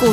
股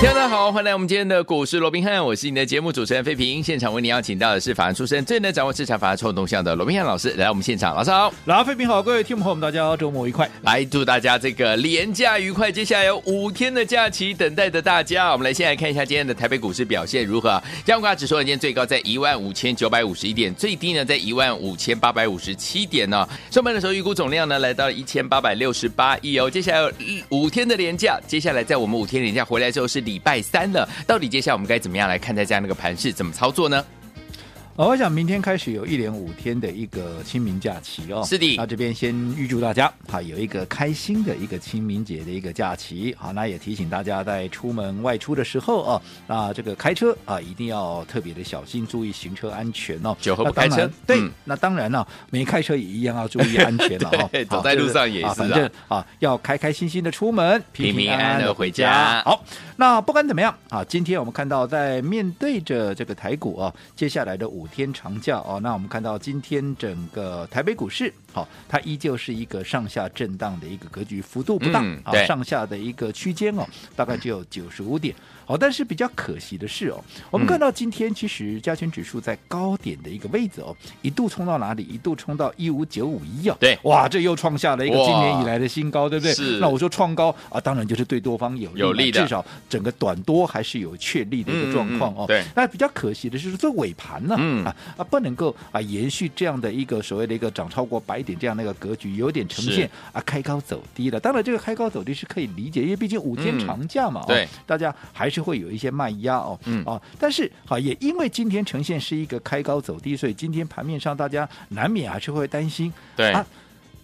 听众大家好，欢迎来我们今天的股市罗宾汉，我是你的节目主持人费平。现场为您邀请到的是法案出身、最能掌握市场法案臭动向的罗宾汉老师，来到我们现场，老师好。老费平好，各位听众朋友们，大家周末愉快。来祝大家这个廉假愉快，接下来有五天的假期等待着大家。我们来先来看一下今天的台北股市表现如何。加权指数呢今天最高在一万五千九百五十一点，最低呢在一万五千八百五十七点呢、上半的时候预估总量呢来到了一千八百六十八亿哦。接下来有一五天的连假，接下来在我们五天连假回来之后是礼拜三了，到底接下来我们该怎么样来看待这样的一个盘势，怎么操作呢？呃，我想明天开始有一连五天的一个清明假期哦。是的那这边先预祝大家哈有一个开心的一个清明节的一个假期。好，那也提醒大家在出门外出的时候哦，那这个开车啊一定要特别的小心，注意行车安全哦。酒后那不开当然车对，嗯那当然了、啊没开车也一样要注意安全了 哦对。好走在路上也啊是反啊正啊要开开心心的出门，平平安安安地地回家好。好，那不管怎么样啊，今天我们看到在面对着这个台股啊，接下来的五天长假哦、那我们看到今天整个台北股市，好、它依旧是一个上下震荡的一个格局，幅度不大、嗯啊对，上下的一个区间哦，大概只有九十五点。好、但是比较可惜的是哦，我们看到今天其实加权指数在高点的一个位置哦，一度冲到哪里？一度冲到一五九五一哦，对哇，这又创下了一个哇今年以来的新高，对不对？是那我说创高啊，当然就是对多方有利嘛有利的至少整个短多还是有确立的一个状况嗯哦。嗯嗯对那比较可惜的是，这尾盘呢、嗯啊啊不能够啊延续这样的一个所谓的一个涨超过百点这样的一个格局，有点呈是现啊开高走低了。当然，这个开高走低是可以理解，因为毕竟五嗯天长假嘛，哦对，大家还是会有一些卖压哦。嗯啊，但是好、也因为今天呈现是一个开高走低，所以今天盘面上大家难免还是会担心对啊。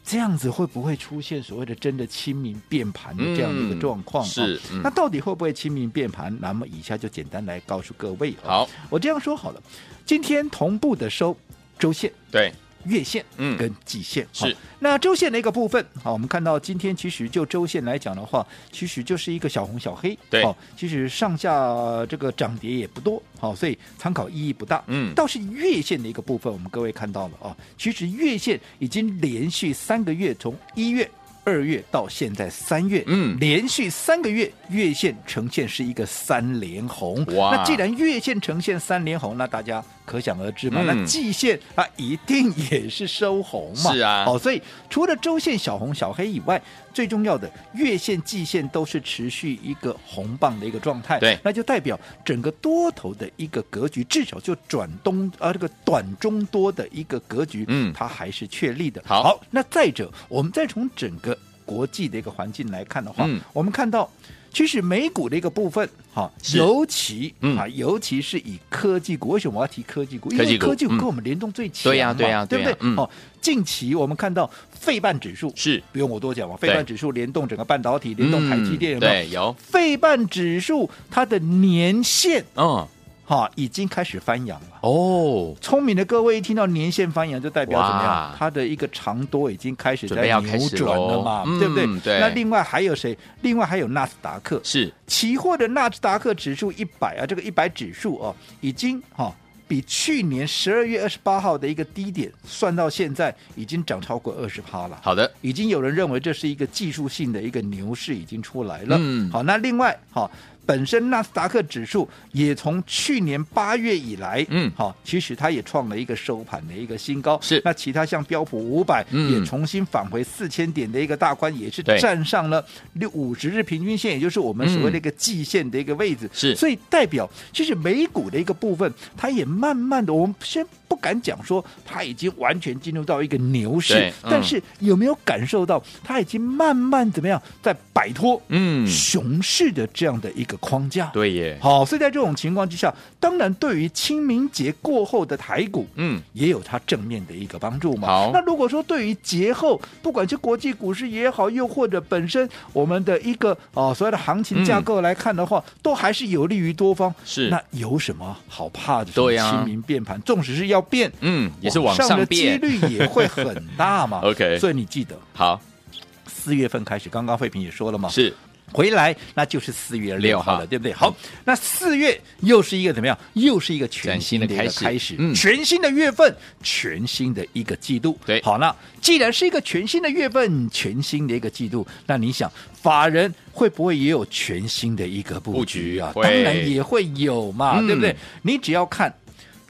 这样子会不会出现所谓的真的清明变盘的这样的一个状况、哦是嗯那到底会不会清明变盘？那么以下就简单来告诉各位、哦。好，我这样说好了，今天同步的收周线、对，月线，嗯跟季线是好那周线的一个部分，好，我们看到今天其实就周线来讲的话，其实就是一个小红小黑，对好，其实上下这个涨跌也不多，好，所以参考意义不大，嗯倒是月线的一个部分，我们各位看到了啊，其实月线已经连续三个月，从一月。二月到现在三月，嗯连续三个月月线呈现是一个三连红。哇那既然月线呈现三连红，那大家可想而知嘛。嗯那季线啊，一定也是收红嘛。是啊哦，所以除了周线小红小黑以外，最重要的月线、季线都是持续一个红棒的一个状态。对那就代表整个多头的一个格局，至少就转东呃这个短中多的一个格局，嗯它还是确立的。好那再者，我们再从整个国际的一个环境来看的话，嗯我们看到。其实美股的一个部分，哈，是尤其、嗯啊，尤其是以科技股，为什么我要提科技股？因科技为股科技股嗯跟我们联动最强嘛、对呀对呀对不对对呀？嗯哦，近期我们看到费半指数是不用我多讲嘛，对费半指数联动整个半导体，联动台积电有嗯没有？对，有，费半指数它的年限嗯，哈、已经开始翻扬了。哦，聪明的各位一听到年限翻扬，就代表怎么哇样？它的一个长多已经开始准在备要开扭始转了嘛，喽对不对？嗯对那另外还有谁？另外还有纳斯达克，是期货的纳斯达克指数一百啊，这个一百指数哦，已经哈、比去年十二月二十八号的一个低点算到现在，已经涨超过二十趴了。好的，已经有人认为这是一个技术性的一个牛市已经出来了。嗯好，那另外好。本身纳斯达克指数也从去年八月以来，嗯好，其实它也创了一个收盘的一个新高。是那其他像标普五百、嗯也重新返回四千点的一个大关，也是对站上了六五十日平均线，也就是我们所谓的一个季线的一个位置。嗯是所以代表其实美股的一个部分，它也慢慢的，我们先不敢讲说它已经完全进入到一个牛市，对嗯但是有没有感受到它已经慢慢怎么样在摆脱嗯，熊市的这样的一个框架？对耶，好，所以在这种情况之下，当然对于清明节过后的台股，嗯，也有它正面的一个帮助嘛。好那如果说对于节后，不管是国际股市也好，又或者本身我们的一个哦所谓的行情架构来看的话，都还是有利于多方。嗯是那有什么好怕的？对呀清明变盘，纵使是要变，嗯，也是往往上的几变，率也会很大嘛。 OK 所以你记得好，四月份开始，刚刚费平也说了嘛，是回来那就是四月六六号号了，对不对？好，那四月又是一个怎么样？又是一个全新的一崭个新的开开始始，嗯全新的月份，全新的一个季度。对好，那既然是一个全新的月份，全新的一个季度，那你想，法人会不会也有全新的一个布局啊？布局会当然也会有嘛，嗯对不对？你只要看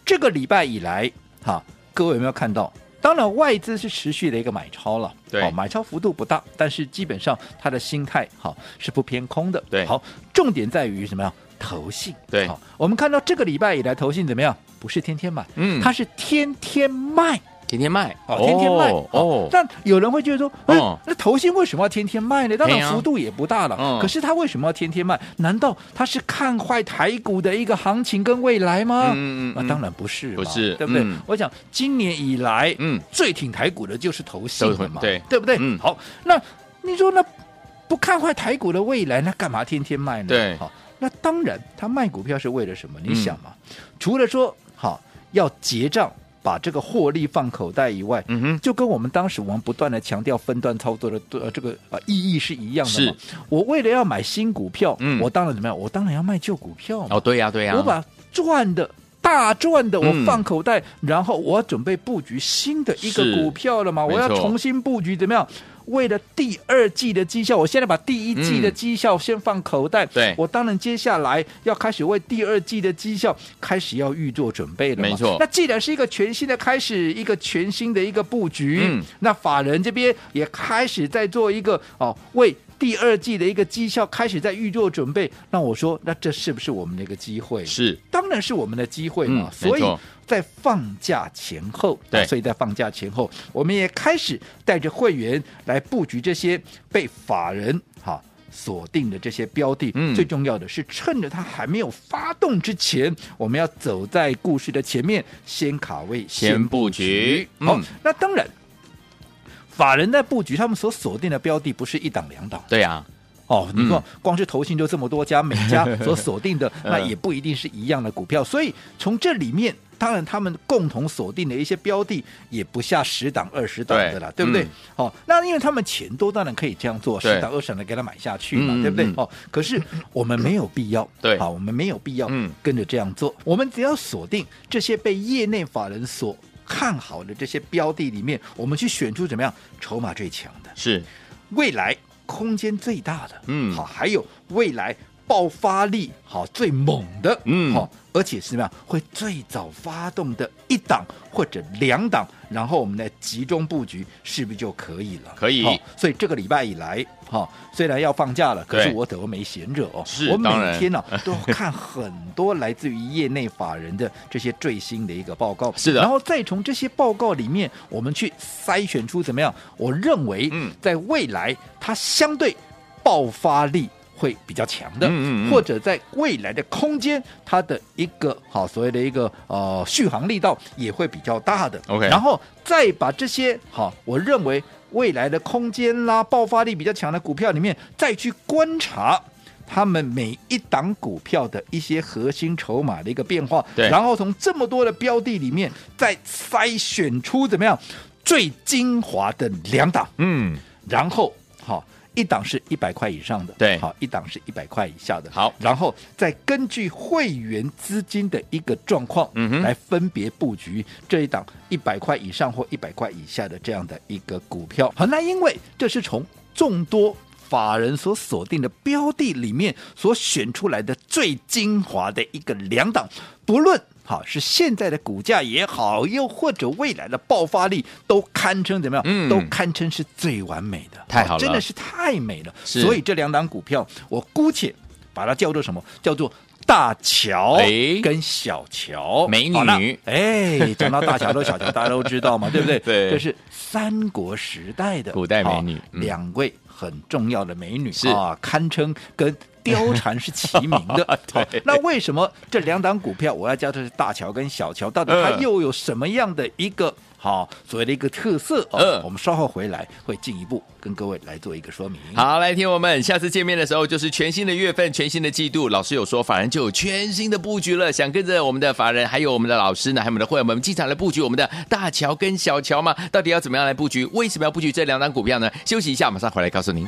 这个礼拜以来，哈，各位有没有看到？当然，外资是持续的一个买超了，对好买超幅度不大，但是基本上它的心态好是不偏空的，对好，重点在于什么呀？投信，对好，我们看到这个礼拜以来，投信怎么样？不是天天买，嗯它是天天卖，天天卖，哦，天天卖哦，哦哦。但有人会觉得说，哎哦，那投信为什么要天天卖呢？当对啊然幅度也不大嗯了，可是它为什么要天天卖？难道它是看坏台股的一个行情跟未来吗？嗯嗯嗯啊，当然不是嘛，不是对不对嗯？我讲今年以来，嗯，最挺台股的就是投信了都嘛，对对不对？嗯好，那你说那不看坏台股的未来，那干嘛天天卖呢？对好，那当然，他卖股票是为了什么？嗯你想嘛，除了说好要结账，把这个获利放口袋以外，嗯哼，就跟我们当时我们不断的强调分段操作的呃这个呃意义是一样的嘛。我为了要买新股票，嗯我当然怎么样？我当然要卖旧股票嘛。哦，对呀，对呀，我把赚的。大赚的我嗯放口袋，然后我准备布局新的一是个股票了嘛？没我要错重新布局，怎么样？为了第二季的绩效，我现在把第一季的嗯绩效先放口袋。对我当然接下来要开始为第二季的绩效开始要预做准备了嘛。没错那既然是一个全新的开始，一个全新的一个布局，嗯那法人这边也开始在做一个哦为。第二季的一个绩效开始在预做准备，那我说，那这是不是我们的一个机会？是当然是我们的机会嘛。嗯所没以错在放假前后，对啊所以在放假前后，我们也开始带着会员来布局这些被法人哈。锁定的这些标的，嗯最重要的是趁着它还没有发动之前，我们要走在故事的前面，先卡位，先布局好、嗯那当然，法人在布局，他们所锁定的标的不是一档两档，对呀，哦，你嗯光光是投信就这么多家，每 家所锁定的嗯那也不一定是一样的股票，所以从这里面，当然他们共同锁定的一些标的也不下十档二十档的啦，对对不对嗯？哦，那因为他们钱多，当然可以这样做，对十档二十档的给他买下去嗯嘛，对不对嗯？哦，可是我们没有必要，对好，我们没有必要嗯跟着这样做，我们只要锁定这些被业内法人所看好的这些标的里面，我们去选出怎么样筹码最强的。是未来空间最大的，嗯好，还有未来爆发力好最猛的，嗯好，而且是什么样会最早发动的一档或者两档，然后我们来集中布局，是不是就可以了？可以好所以这个礼拜以来，哈、虽然要放假了，可是对我怎么没闲着哦？是我当然 每天呢、都要看很多来自于业内法人的这些最新的一个报告，是的然后再从这些报告里面，我们去筛选出怎么样？我认为嗯，在未来它相对爆发力会比较强的，嗯嗯嗯或者在未来的空间，它的一个好所谓的一个呃续航力道也会比较大的。 OK 然后再把这些好，我认为未来的空间啦、爆发力比较强的股票里面，再去观察。他们每一档股票的一些核心筹码的一个变化，对然后从这么多的标的里面再筛选出怎么样最精华的两档，嗯，然后好。一档是一百块以上的，对好，一档是一百块以下的，好然后再根据会员资金的一个状况，嗯哼来分别布局这一档一百块以上或一百块以下的这样的一个股票。好，那因为这是从众多法人所锁定的标的里面所选出来的最精华的一个两档，不论。好是现在的股价也好，又或者未来的爆发力，都堪称怎么样？嗯都堪称是最完美的，哦太好了真的是太美了。是所以这两档股票，我姑且把它叫做什么？叫做大乔哎跟小乔，美女好那哎，讲到大乔都小乔，大家都知道 嘛，对不对？对这是三国时代的古代美女好嗯两位很重要的美女是，啊，堪称跟。貂蝉是齐名的 对好，那为什么这两档股票我要叫它是大乔跟小乔？到底它嗯又有什么样的一个好所谓的一个特色哦。嗯我们稍后回来会进一步跟各位来做一个说明。好，来听我们下次见面的时候，就是全新的月份、全新的季度。老师有说，法人就有全新的布局了。想跟着我们的法人，还有我们的老师呢，还有我们的会员们，进场来布局我们的大乔跟小乔吗？到底要怎么样来布局？为什么要布局这两档股票呢？休息一下，马上回来告诉您。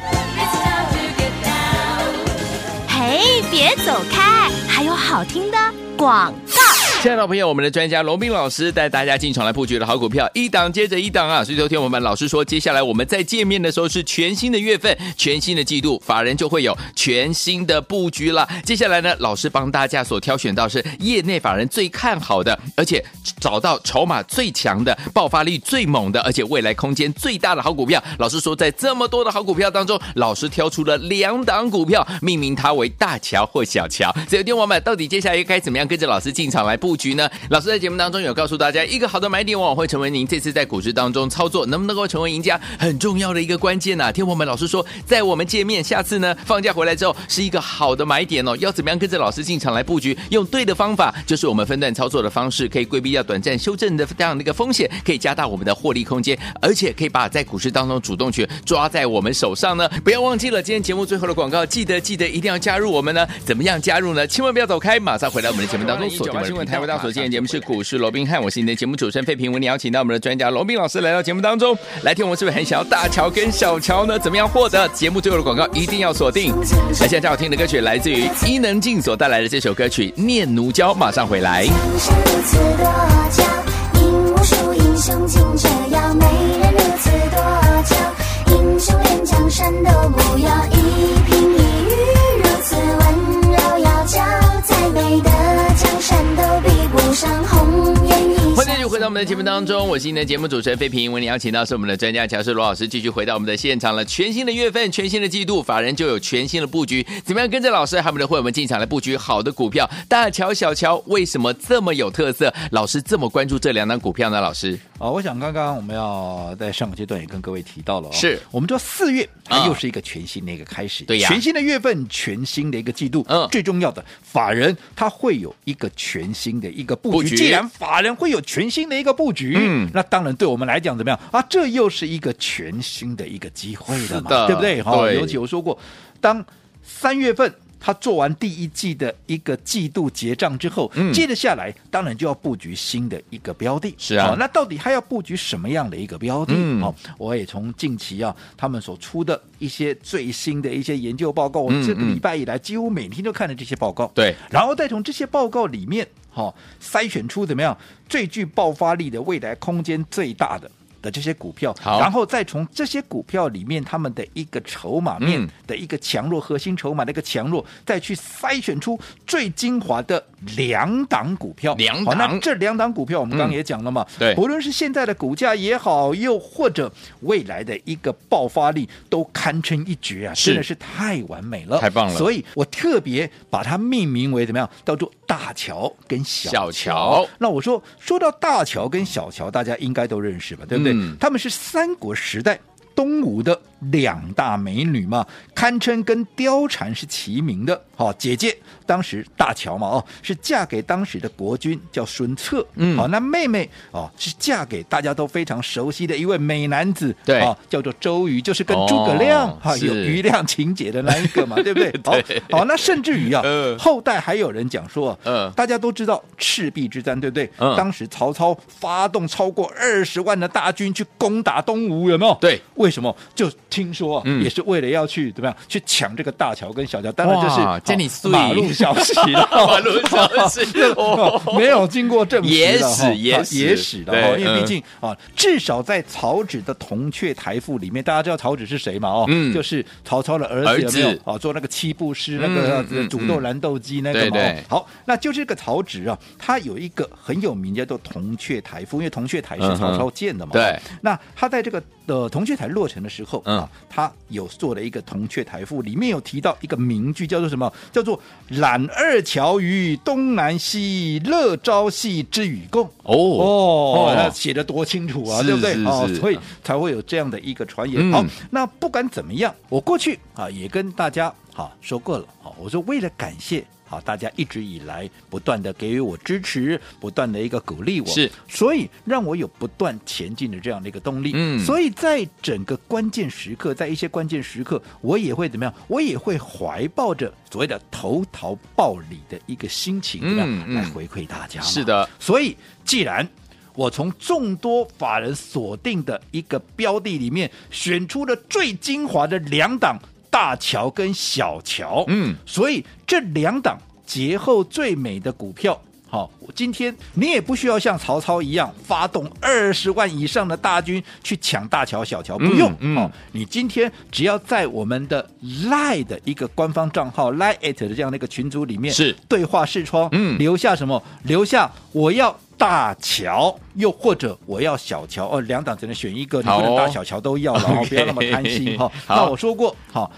嘿，别走开，还有好听的广告。亲爱的朋友，我们的专家龙斌老师带大家进场来布局的好股票，一档接着一档啊！所以昨天我们老师说，接下来我们再见面的时候是全新的月份、全新的季度，法人就会有全新的布局了。接下来呢，老师帮大家所挑选到是业内法人最看好的，而且找到筹码最强的、爆发力最猛的，而且未来空间最大的好股票。老师说，在这么多的好股票当中，老师挑出了两档股票，命名它为大乔或小乔。所以，听我们到底接下来该怎么样跟着老师进场来布局呢？老师在节目当中有告诉大家，一个好的买点往往会成为您这次在股市当中操作能不能够成为赢家很重要的一个关键呐、啊。听我们老师说，在我们见面下次呢放假回来之后是一个好的买点哦。要怎么样跟着老师进场来布局？用对的方法，就是我们分段操作的方式，可以规避掉短暂修正的这样的一个风险，可以加大我们的获利空间，而且可以把在股市当中主动权抓在我们手上呢。不要忘记了今天节目最后的广告，记得记得一定要加入我们呢。怎么样加入呢？千万不要走开，马上回来我们的节目当中。锁定我们的频道新闻台湾大所见节目是股市罗宾汉，我是你的节目主持人费平。我们邀请到我们的专家罗宾老师来到节目当中，来听我们是不是很想要大乔跟小乔呢？怎么样获得？节目最后的广告一定要锁定。来，现在好听的歌曲来自于伊能静所带来的这首歌曲《念奴娇》，马上回来。人生如此多娇，因无数英雄竞折腰。美人如此多娇，英雄连江山都不要。一颦一语如此温柔窈窕，再美的江山都比不上红颜一欢笑迎。继续回到我们的节目当中，我是您的节目主持人费平。为您邀请到是我们的专家乔世罗老师，继续回到我们的现场了。全新的月份，全新的季度，法人就有全新的布局。怎么样跟着老师还有我们的会员们进场来布局好的股票？大乔、小乔为什么这么有特色？老师这么关注这两档股票呢？老 师哦，我想刚刚我们要在上个阶段也跟各位提到了、哦，是我们知道四月啊它又是一个全新的一个开始，对呀全新的月份，全新的一个季度，嗯最重要的法人他会有一个全新的一个布布局。局既然法人会有全新的一个布局，嗯那当然对我们来讲怎么样啊？这又是一个全新的一个机会是了嘛，的对不对？对尤其我说过，当三月份。他做完第一季的一个季度结账之后，嗯接着下来当然就要布局新的一个标的。是啊好那到底还要布局什么样的一个标的？嗯哦，我也从近期啊他们所出的一些最新的一些研究报告，我们嗯这个嗯礼拜以来几乎每天都看了这些报告。对然后再从这些报告里面，好、筛选出怎么样最具爆发力的未来空间最大的。的这些股票，好然后再从这些股票里面他们的一个筹码面嗯的一个强弱、核心筹码的一个强弱，再去筛选出最精华的两档股票。两好那档这两档股票我们刚刚也讲了嘛，嗯对不论是现在的股价也好，又或者未来的一个爆发力，都堪称一绝啊，是真的是太完美了，太棒了所以所以我特别把它命名为怎么样，叫做大乔跟小小乔。乔那我说说到大乔跟小乔，大家应该都认识吧，对不对？嗯他们是三国时代。东吴的两大美女嘛，堪称跟貂蝉是齐名的。好、姐姐当时大乔嘛，哦，是嫁给当时的国君叫孙策。嗯好、那妹妹哦是嫁给大家都非常熟悉的一位美男子，对哦，叫做周瑜，就是跟诸葛亮哦哈、是有余亮情节的那一个嘛，对不对？好对，好，那甚至于啊嗯，后代还有人讲说，嗯大家都知道赤壁之战，对不对嗯？当时曹操发动超过二十万的大军去攻打东吴，有没有？对，为什么？就听说啊嗯也是为了要去怎么样去抢这个大桥跟小桥，当然就是哇好这里碎马路消 息了，马路消息哦没有经过证实的哈，野史啊野史野史的哈，对因为嗯毕竟啊，至少在曹植的《铜雀台赋》里面，大家知道曹植是谁嘛？哦，嗯就是曹操的儿儿子有没子有？啊，做那个七步诗，那嗯个啊嗯嗯煮豆燃豆萁那个对嘛。对哦好，那就是这个曹植啊，他有一个很有名叫做《铜雀台赋》，因为铜雀台是嗯哼曹操建的嘛。对。那他在这个呃铜雀台落成的时候嗯啊，他有做了一个铜雀台赋，里面有提到一个名句，叫做什么？叫做“揽二乔于东南兮，乐朝夕之与共”。哦，哦哦，那写的多清楚啊，是对不对是？哦是，所以才会有这样的一个传嗯言。好，那啊不管怎么样，我过去啊也跟大家啊说过了，好，我说为了感谢好，大家一直以来不断的给予我支持，不断的一个鼓励我，是，所以让我有不断前进的这样的一个动力。嗯所以在整个关键时刻，在一些关键时刻，我也会怎么样？我也会怀抱着所谓的投桃报李的一个心情，怎么样、嗯嗯来回馈大家嘛？是的所以既然我从众多法人锁定的一个标的里面选出了最精华的两档大乔跟小乔，嗯所以这两档节后最美的股票。好，我今天呃你也不需要像曹操一样发动二十万以上的大军去抢大乔、小乔，不嗯用。嗯哦，你今天只要在我们的 Line 的一个官方账号 Line at 的这样的一个群组里面是对话视窗，嗯留下什么？留下我要大乔，又或者我要小乔哦，两档只能选一个，你好哦不能大小乔都要了，哦 OK 不要那么贪心哈、 好那我说过，好、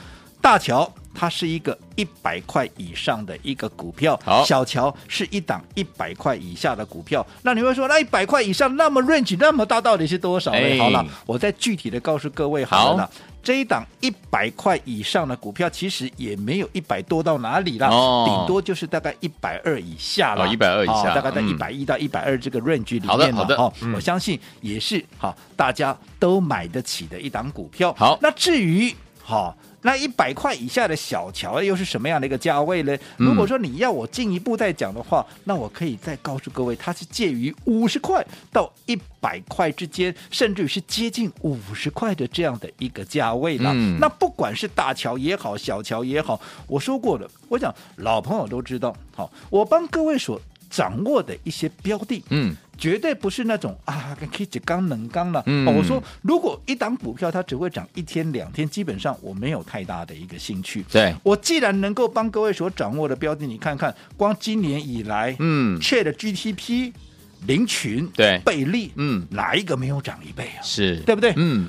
大乔。它是一个一百块以上的一个股票好，小乔是一档一百块以下的股票。那你会说，那一百块以上那么 range 那么大，到底是多少呢？哎好了，我再具体的告诉各位好了啦。这一档一百块以上的股票，其实也没有一百多到哪里啦，哦顶多就是大概一百二以下了，哦120以下哦大概在一嗯百一到一百二这个 range 里好的面好了的哦嗯。我相信也是好，大家都买得起的一档股票。好那至于好。那一百块以下的小乔又是什么样的一个价位呢？嗯如果说你要我进一步再讲的话，那我可以再告诉各位，它是介于五十块到一百块之间，甚至于是接近五十块的这样的一个价位了。嗯那不管是大乔也好，小乔也好，我说过了，我讲老朋友都知道，好，我帮各位所掌握的一些标的，嗯，绝对不是那种啊，可以只刚能刚了。嗯哦我说，如果一档股票它只会涨一天两天，基本上我没有太大的一个兴趣。对，我既然能够帮各位所掌握的标的，你看看，光今年以来，嗯，Chat GTP、林群、对贝利，嗯哪一个没有涨一倍啊？是，对不对嗯，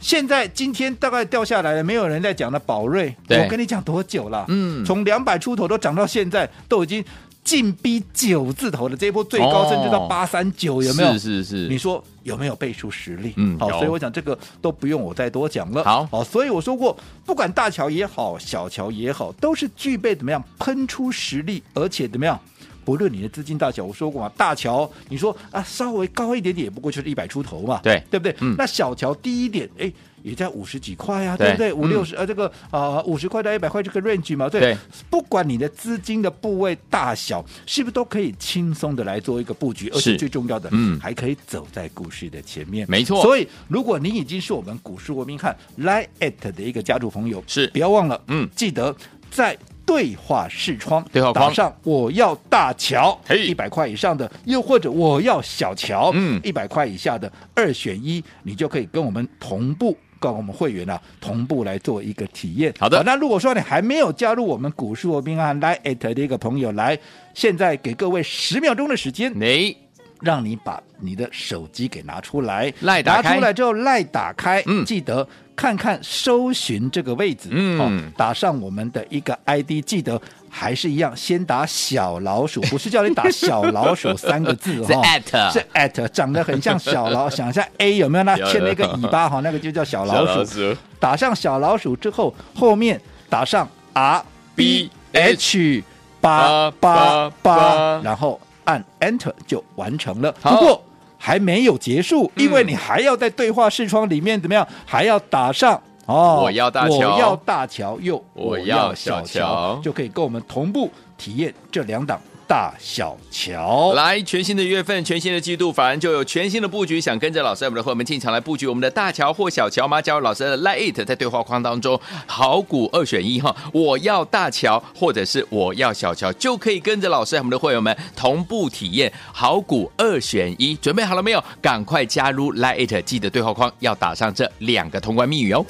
现在今天大概掉下来了，没有人在讲的宝瑞，对我跟你讲多久了？嗯从两百出头都涨到现在，都已经近逼九字头了，这一波最高哦甚至到八三九，有没有？嗯是是你是，说有没有倍数实力？嗯好，有所以我想这个都不用我再多讲了。好好，所以我说过，不管大乔也好，小乔也好，都是具备怎么样喷出实力，而且怎么样。不论你的资金大小，我说过嘛，大乔你说啊，稍微高一点点，也不过就是一百出头嘛，对对不对？嗯那小乔低一点，哎，也在五十几块啊，对对不对？五嗯六十呃，这个啊五十块到一百块这个 range 嘛，对对不管你的资金的部位大小，是不是都可以轻松的来做一个布局？而是且最重要的，嗯还可以走在股市的前面。没错所以如果你已经是我们股市文明汉 Line at 的一个家族朋友，是不要忘了，嗯记得在。对话视窗，对话框打上我要大乔，嘿一百块以上的，又或者我要小乔，嗯一百块以下的二选一，你就可以跟我们同步。跟我们会员啊，同步来做一个体验。好的那如果说你还没有加入我们股市罗宾汉 Line at 的一个朋友，来，现在给各位十秒钟的时间，你让你把你的手机给拿出来， Line 打开拿出来之后赖打开，嗯记得看看搜寻这个位置，哦嗯打上我们的一个 ID，记得还是一样，先打小老 鼠，不是叫你打小老鼠三个字哦是 at 是 at，长得很像小 老，想一下 A 有没有那有有牵了一个尾巴哈，哦那个就叫小老小老鼠，鼠打上小老鼠之后，后面打上 R B B H 八八八八八八，然后按 Enter 就完成了。好嗯不过还没有结束，因为你还要在对话视窗里面怎么样，还要打上。哦，我要大乔我要大乔，又我我要要小小乔乔，就可以跟我们同步体验这两档大小乔。来，全新的月份，全新的季度，法人就有全新的布局。想跟着老师，我们的伙伴们进场来布局我们的大乔或小乔吗？加入老师的 Lite，在对话框当中，好股二选一哈，我要大乔或者是我要小乔，就可以跟着老师和我们的会员们同步体验好股二选一。准备好了没有？赶快加入 Lite，记得对话框要打上这两个通关密语哦。